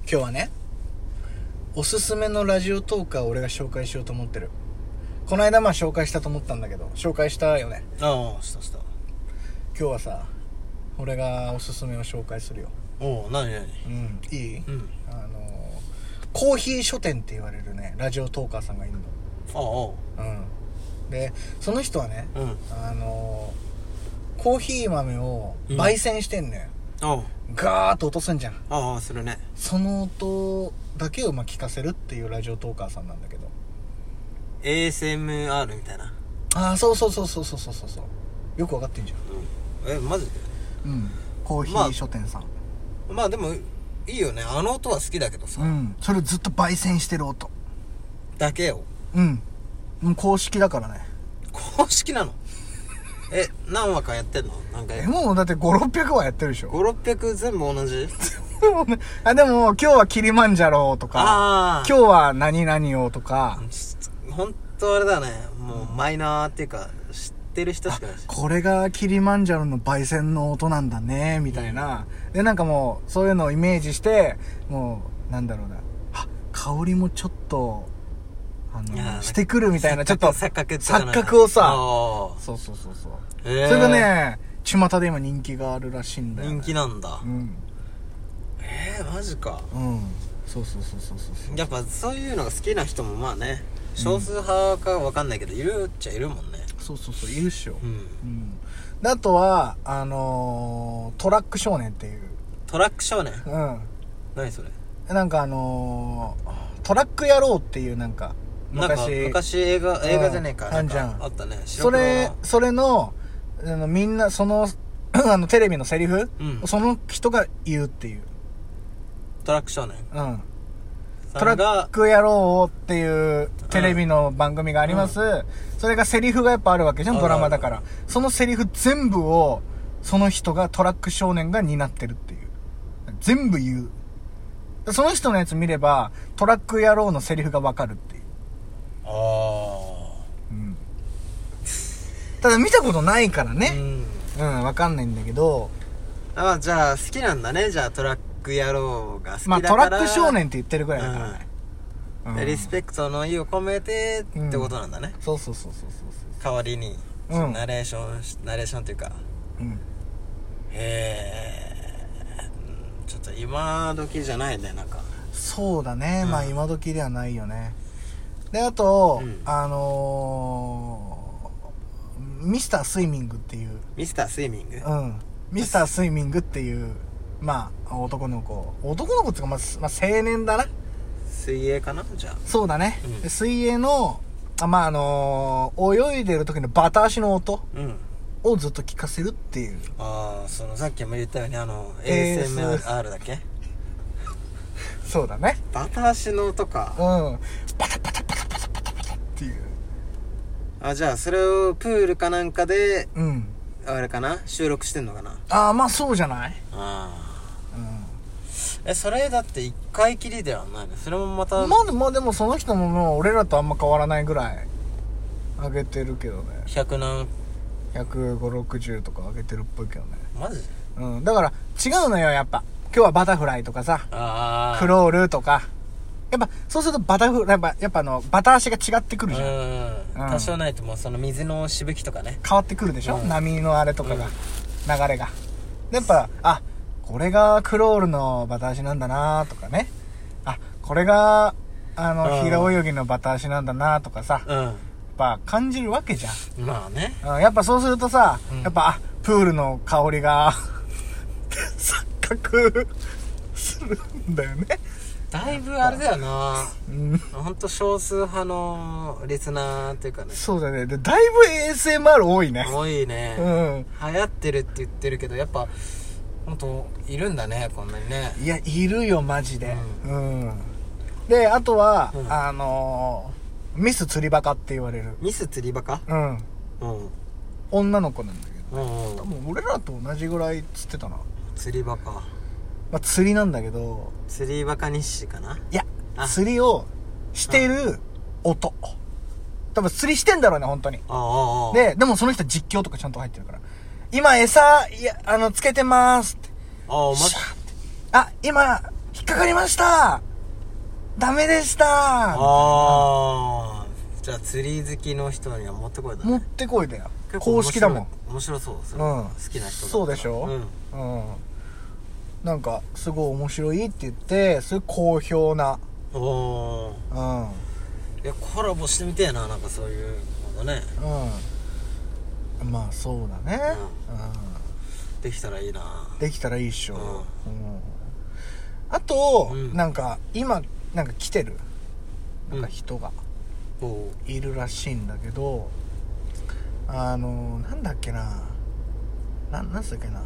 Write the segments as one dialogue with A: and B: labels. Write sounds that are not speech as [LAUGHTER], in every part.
A: 今日はねおすすめのラジオトーカーを俺が紹介しようと思ってるこの間まあ紹介したと思ったんだけど紹介したよね
B: ああしたした
A: 今日はさ俺がおすすめを紹介するよ
B: おお何何
A: うんいい、
B: うん
A: あのコーヒー書店って言われるねラジオトーカーさんがいるの
B: ああ
A: うんでその人はね
B: うん
A: あのコーヒー豆を
B: うん
A: 焙煎してんのよ、
B: ああ
A: ガーッと落とすんじゃん
B: ああするね
A: その音だけをまあ聞かせるっていうラジオトーカーさんなんだけど
B: ASMR みたいな、
A: ああそうそうそうそうそうそうそうそうよくわかってんじ
B: えマジで
A: ゃんうんコーヒ
B: ま
A: ー
B: あ
A: 書店さん、
B: まあでもいいよねあの音は好きだけどさ、
A: うんそれずっと焙煎してる音
B: だけを
A: うんもう公式だからね
B: 公式なのえ何話かやってんのなんか
A: えもうだって5600はやってるでしょ
B: 5600全部同じ
A: [LAUGHS] あでも今日はキリマンジャロとか
B: ああ
A: 今日は何々をとか
B: 日本当あれだねもうマイナーっていうか知ってる人しかないし
A: これがキリマンジャロの焙煎の音なんだねみたいな、でなんかもうそういうのをイメージしてもうなんだろうなあ香りもちょっとあ
B: いやーなん
A: の
B: か
A: してくるみたいなちょっと
B: 錯覚っていうかな
A: 錯覚をさ
B: あ
A: そうそうそうそう、
B: ーえー
A: それがね巷で今人気があるらしいんだよ、ね、
B: 人気なんだ
A: うん
B: えー、マジか
A: うんそうそうそうそうそうそう
B: やっぱそういうのが好きな人もまあね少数派かわかんないけど、いるっちゃいるもんね
A: そうそうそういるっしょ、
B: うん
A: うんであとはあのートラック少年っていう
B: トラック少年
A: うん
B: 何それ
A: なんかあのートラック野郎っていうなんか
B: なんか昔映画映画じゃねえか
A: うん
B: な
A: あ
B: んか
A: んじゃん
B: あったね
A: そ
B: 白黒の
A: れそれのあのみんなその [CLEARS THROAT] あのテレビのセリフ、
B: うん
A: その人が言うっていう、
B: トラック少年
A: うん、ト
B: さ
A: ラッ
B: んが
A: ク野郎っていうテレビの番組があります、それがセリフがやっぱあるわけじゃん
B: あ
A: ド
B: るある
A: ラマだからそのセリフ全部をその人がトラック少年が担ってるっていう全部言うその人のやつ見ればトラック野郎のセリフがわかるっていう
B: あ
A: うんただ見たことないから
B: あ
A: ね
B: うん
A: うん、わかんないんだけど
B: あまあじゃあ好きなんだねじゃあトラック野郎が好き
A: まあ
B: だか
A: ト
B: ら
A: ラック少年って言ってるぐらいだからね、うん
B: リスペクトの意を込めてってことなんだね、
A: そうそうそうそうそうそ
B: 代わりに、
A: うん
B: ナレーションしナレーションっていうか
A: ううん
B: へえうんちょっと今時じゃないねなんか
A: そうだね、
B: うん
A: まあ今時ではないよねであと、
B: うん
A: あのーミスタースイミングっていう
B: ミスタースイミング
A: うんミスタースイミングっていうまあ男の子男の子っていうか、まあすまあ、青年だな
B: 水泳かなじゃあ
A: そうだね、
B: うん
A: で水泳のあまああのー泳いでる時のバタ足の音
B: うん
A: をずっと聞かせるっていう
B: ああそのさっきも言ったようにあの
A: えー
B: ASMR だっけ
A: そうだね
B: バタ足の音か
A: うんパタパタパタパタパタパタっていう
B: あじゃあそれをプールかなんかで
A: うん
B: あれかな収録してんのかな
A: ああまあそうじゃない
B: あ
A: うん
B: ーえそれだって一回きりではないのそれもまた
A: まあでも、でもその人ももう俺らとあんま変わらないぐらい上げてるけどね。
B: 100何
A: 150、60とか上げてるっぽいけどね。
B: マジ
A: うん。だから違うのよ、やっぱ。今日はバタフライとかさ、
B: ああ
A: クロールとか。やっぱ、そうするとバタフライ、やっぱ、やっぱあの、バタ足が違ってく
B: う
A: るじゃん。
B: ん、
A: うん
B: 多少ないともうその水のしぶきとかね
A: 変わってくるでしょ、
B: うん
A: 波のあれとかが、流れが。で、やっぱ、あ、これがクロールのバタ足なんだなとかね。あ、これが、あの、
B: うん
A: 平泳ぎのバタ足なんだなとかさ、やっ
B: うん
A: ぱ感じるわけじゃん。
B: まあね
A: うん、やっぱそうするとさ、
B: うん
A: やっぱあプールの香りが [LAUGHS] 錯覚するんだよね
B: だいぶあれだよな
A: うん
B: ほんと少数派のリスナーっていうかね
A: そうだねでだいぶ ASMR 多いね
B: 多いうね、
A: ん
B: 流行ってるって言ってるけどやっぱほんといるんだねこんなにね
A: いやいるよマジでうん、であとは、
B: うん
A: あのーミス釣りバカって言われる
B: ミス釣りバカ
A: うん
B: うんうん
A: 女の子なんだけど
B: うん
A: 多分俺らと同じぐらい釣ってたな、ま
B: 釣りバカ
A: あ、釣りなんだけど
B: 釣りバカ日誌かない
A: や
B: あ
A: 釣りをしてる音多分釣りしてんだろうね本当に
B: ああああ
A: で、でもその人実況とかちゃんと入ってるから。今餌、いや、あの、つけてまーすって。
B: ああま
A: シャーってあ、今、引引っかかりましたダメでした
B: ああじゃあ釣り好きの人には持ってこいだ
A: 持
B: ね
A: ってこいだよ
B: 結構
A: 公
B: 面白い
A: 式だもん
B: 面白そうそれ、
A: うん
B: 好きな人だったら
A: そうでしょ
B: うん
A: うんなんかすごい面白いって言ってすごい好評な
B: おー
A: うんうん
B: いやコラボしてみてえななんかそういうのがね
A: まあそうだねう
B: できたらいいなん
A: できたらいいっしょうんあと
B: うん
A: なんか今なんか来てるなんか
B: うん
A: 人が
B: おお
A: いるらしいんだけどあのなんだっけなななんつったっけな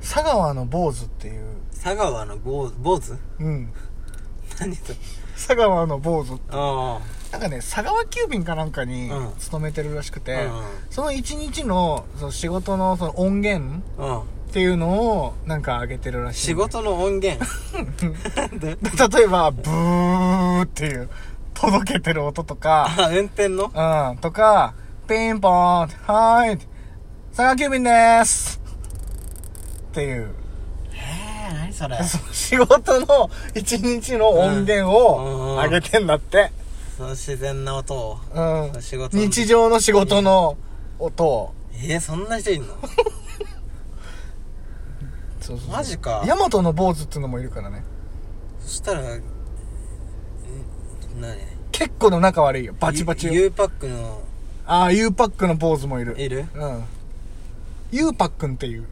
A: 佐川の坊主っていう
B: 佐川のゴー坊主 [LAUGHS]
A: うん [LAUGHS]
B: 何と
A: 佐川の坊主
B: あ
A: なんかね佐川急便かなんかに
B: うん
A: 勤めてるらしく
B: あ
A: て、その一日のその仕事のその音源
B: うんうん
A: っていうのをなんか上げてるらしい
B: 仕事の音 [LAUGHS] 源
A: 例えばブーっていう届けてる音とか
B: あ運転の
A: うん、とか、ピンポーン、はーい、佐川急便でーす。っていう、
B: えー、何それ
A: その仕事の一日の音源
B: うん
A: を上げてんだって。
B: その自然な音を
A: うん。
B: 仕事の
A: 日常の仕事の音を。
B: えー、そんな人いんの
A: そうそう
B: マジか
A: ヤマトの坊主っていうのもいるからね。
B: そしたらん何
A: 結構の仲悪いよ。バチバチよ。
B: U パックの
A: ああ、U パックの坊主もいる。
B: いる
A: うん。U パックンっていう。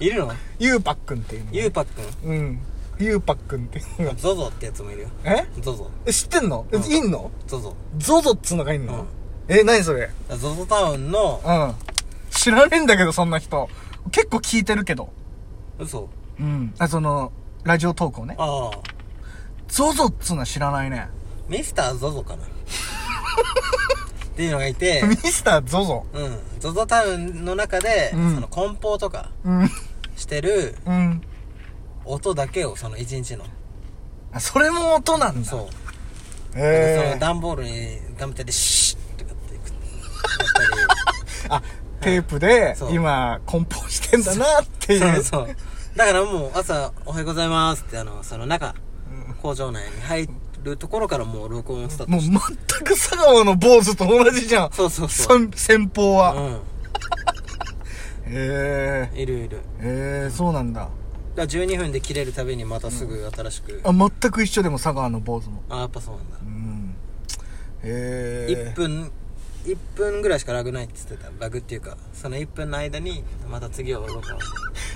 B: いるの
A: U パックンっていうの。
B: ゆうぱっく
A: うん。U パックンっていうのが
B: ん。ゾゾってやつもいるよ
A: え
B: ゾゾ
A: え知ってんの、え
B: うん
A: いんの
B: ゾゾ
A: ゾゾっつうのがいんの、え、何それ
B: ゾゾタウンの
A: うん。知らねえんだけど、そんな人。結構聞いてるけど。
B: 嘘
A: うん。あ、その、ラジオ投稿ね。
B: ああ
A: ゾゾっつうのは知らないね。
B: ミスターゾ
A: [LAUGHS]
B: ゾかなっていうのがいて
A: ミスターゾゾ。
B: うんゾゾタウンの中で、
A: うん
B: その梱包とか
A: うん。
B: してる
A: うん。
B: 音だけをその一日の
A: あそれも音なんだ。
B: そうでそ
A: へ
B: の
A: え。
B: 段ボールにガムテでシーッとかっていくやった
A: あ、テープで
B: そ、う
A: 今、梱包してんだなってい
B: り
A: [LAUGHS]
B: そう
A: う。
B: そうだからもう朝「おはようございます」ってあのその中工場内に入るところからもう録音スター
A: も
B: ト
A: う
B: し
A: 全く佐川の坊主と同じじゃん。
B: そうそうそう
A: 先先方
B: た
A: は。
B: う
A: へ
B: んいるいる
A: え。へえ、そうなんだ。
B: だから12分で切れるたびにまたすぐ新しく、
A: あ、全く一緒でも佐川の坊主も。
B: あやっぱそうなんだ、
A: うん。へえ。
B: 1分1分ぐらいしかラグないって言ってたラグっていうかその1分の間にまた次は動か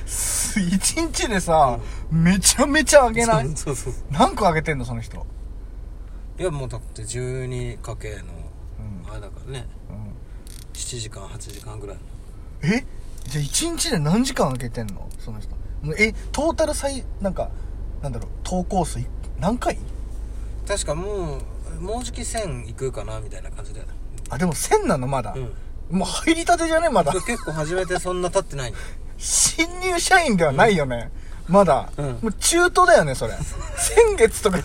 A: 一日でさ、めちゃめちゃ上げない
B: [LAUGHS] そうそうそう
A: 何個上げてんのその人、
B: いやもうだって12かけの
A: うん
B: あれだからね7時間8時間ぐらい
A: えじゃあ一日で何時間上げてんのその人えトータル最なんかなんだろう投稿数い何回
B: 確かもうもうじき1000いくかなみたいな感じで
A: あでも1000なのまだ [LAUGHS]
B: う、ん
A: もう入りたてじゃねまだ
B: 僕結構初めてそんな経っ
A: [LAUGHS]
B: てないんだよ
A: 新入社員ではないよね、まだ、
B: うん
A: もう中途だよねそれ先月とか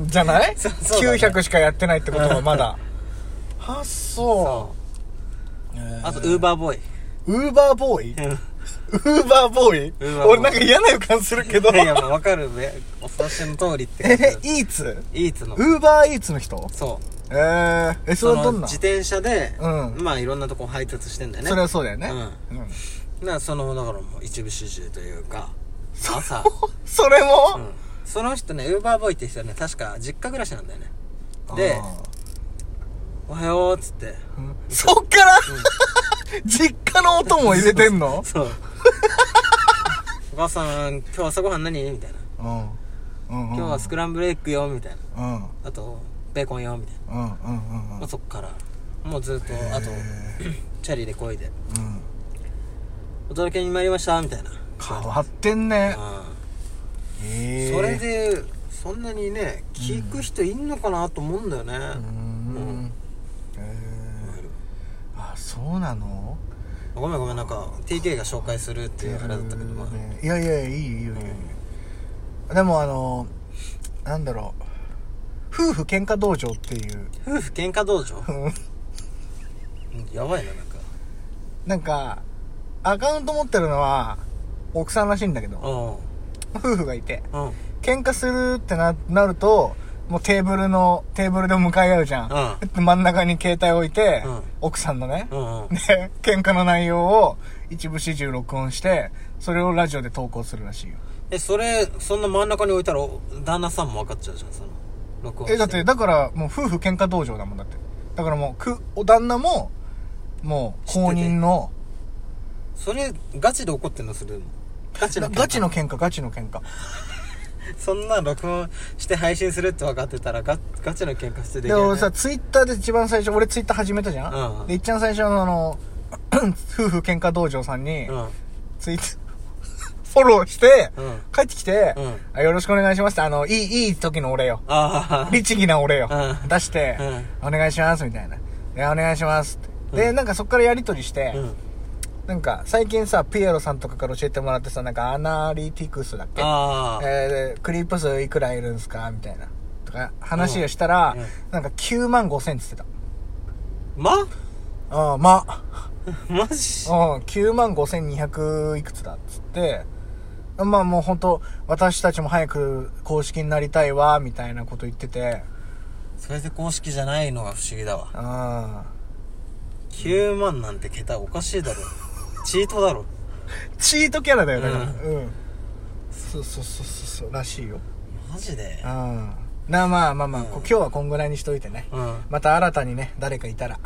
A: じゃない
B: [LAUGHS] そうそうだね
A: 900しかやってないってことはま
B: [LAUGHS]
A: だあそうえー
B: あとウーバーボーイ
A: ウーバーボーイ
B: [LAUGHS] うん
A: ウーバーボーイ
B: ーバーボーイ
A: 俺なんか嫌な予感するけ
B: [LAUGHS]
A: ど
B: い。やいやまあわかるねお察しの通りって感
A: え、[LAUGHS]
B: じ
A: イーツ
B: イーツの
A: ウーバーイーツの人
B: そう
A: えー、え、それはどん
B: の
A: な
B: 自
A: そ
B: 転車で、
A: うん
B: まあいろんなとこ配達してんだよね
A: れはそうだよね。うん
B: なそのだからもう一部始終というか朝、
A: [LAUGHS] それ
B: う
A: も
B: ん、その人ねウーバーボーイって人はね確か実家暮らしなんだよねで
A: あ
B: 「おはよう」っつって
A: ーうんそっから [LAUGHS] 実家の音も入れてんの
B: そう
A: [LAUGHS]
B: お母さん今日朝ごはん何みたいな
A: うん。うん。うん
B: 今日はスクランブルエッグよみたいな
A: うん。うん。
B: あとベーコンよみたいな、
A: うん。うん。うん
B: もうそっからもうずっと [CLEARS THROAT] あとチャリでこいで
A: うん。
B: お届けに参りましたみたいな
A: 変わってんね。
B: うん
A: えー
B: それ。でそんなにね聞く人いんのかなと思うんだよね、
A: うーん。えーあ、そうなの
B: ごめんごめんなんか TK が紹介するっていうあれだったけどまあ
A: いやいやいやいいよいいよいいよ、でもあのなんだろう夫婦喧嘩道場っていう
B: 夫婦喧嘩道場
A: うん
B: やばいななんか
A: なんかアカウント持ってるのは奥さんらしいんだけど
B: う
A: 夫婦がいて、
B: うん。うん。
A: 喧嘩するってな、なると、もうテーブルの、テーブルで向かい合うじゃん。
B: うん
A: で真ん中に携帯置いて、
B: うん
A: 奥さんのね、
B: うんうん。
A: で、喧嘩の内容を一部始終録音して、それをラジオで投稿するらしいよ。
B: え、それ、そんな真ん中に置いたら、お旦那さんも分かっちゃうじゃん、その、録音して。
A: え、だって、だからもう夫婦喧嘩道場だもんだって。だからもう、く、お旦那も、もう、
B: 知ってて
A: 公認の、
B: それ、ガチで怒ってんの、それでも。ガチの喧嘩。
A: ガチの喧嘩、ガチの喧嘩。
B: そんな録音して配信するって分かってたらガ、ガチの喧嘩して
A: で、
B: できる、
A: 俺
B: ね。
A: さ、ツイッターで一番最初、俺ツイッター始めたじゃん、
B: うん
A: で、いっちゃん最初のあの、 [CLEARS THROAT] 夫婦喧嘩道場さんに、
B: うん。
A: ツイッター、 [LAUGHS] フォローして、
B: うん。
A: 帰ってきて、
B: うん
A: あ、よろしくお願いしますってあの、いい、いい時の俺よ。
B: ああ。
A: 律儀な俺よ。
B: うん
A: 出して、お願いしますみたいな。で、お願いしますって。で、
B: うん
A: なんかそっからやりとりして、
B: うん。
A: なんか最近さ、ピエロさんとかから教えてもらってさ、なんかアナリティクスだっけ
B: ああ。
A: えー、クリープ数いくらいるんすかみたいな。とか、話をしたら、
B: うんうん
A: なんか9万5千って言って
B: ま [LAUGHS]
A: た。ああ、まあ。うん、
B: マジ
A: 9万5200いくつだっつって、まあもう本当私たちも早く公式になりたいわ、みたいなこと言ってて、
B: それで公式じゃないのが不思議だわ。
A: うん。
B: 9万なんて桁おかしい [LAUGHS] だろ。チートだろ。
A: チートキャラだよ、だから。うん。そうそうそうそうそう、らしいよ。
B: マジで
A: うん。なあまあまあまあ、
B: うん
A: こ今日はこんぐらいにしといてね。
B: うん。うん
A: また新たにね、誰かいたら、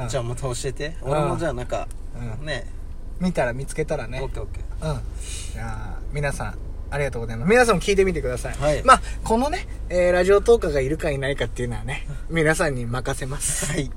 B: うん。じゃあまた教えて。俺もじゃあなんか、
A: うん。
B: ね
A: 見たら見つけたらね。
B: オッケーオッケー。
A: うん。じゃあ、皆さん、ありがとうございます。皆さんも聞いてみてください。
B: はい
A: まあ、このね、えーラジオトーカーがいるかいないかっていうのはね、皆さんに任せます。
B: [LAUGHS] はい。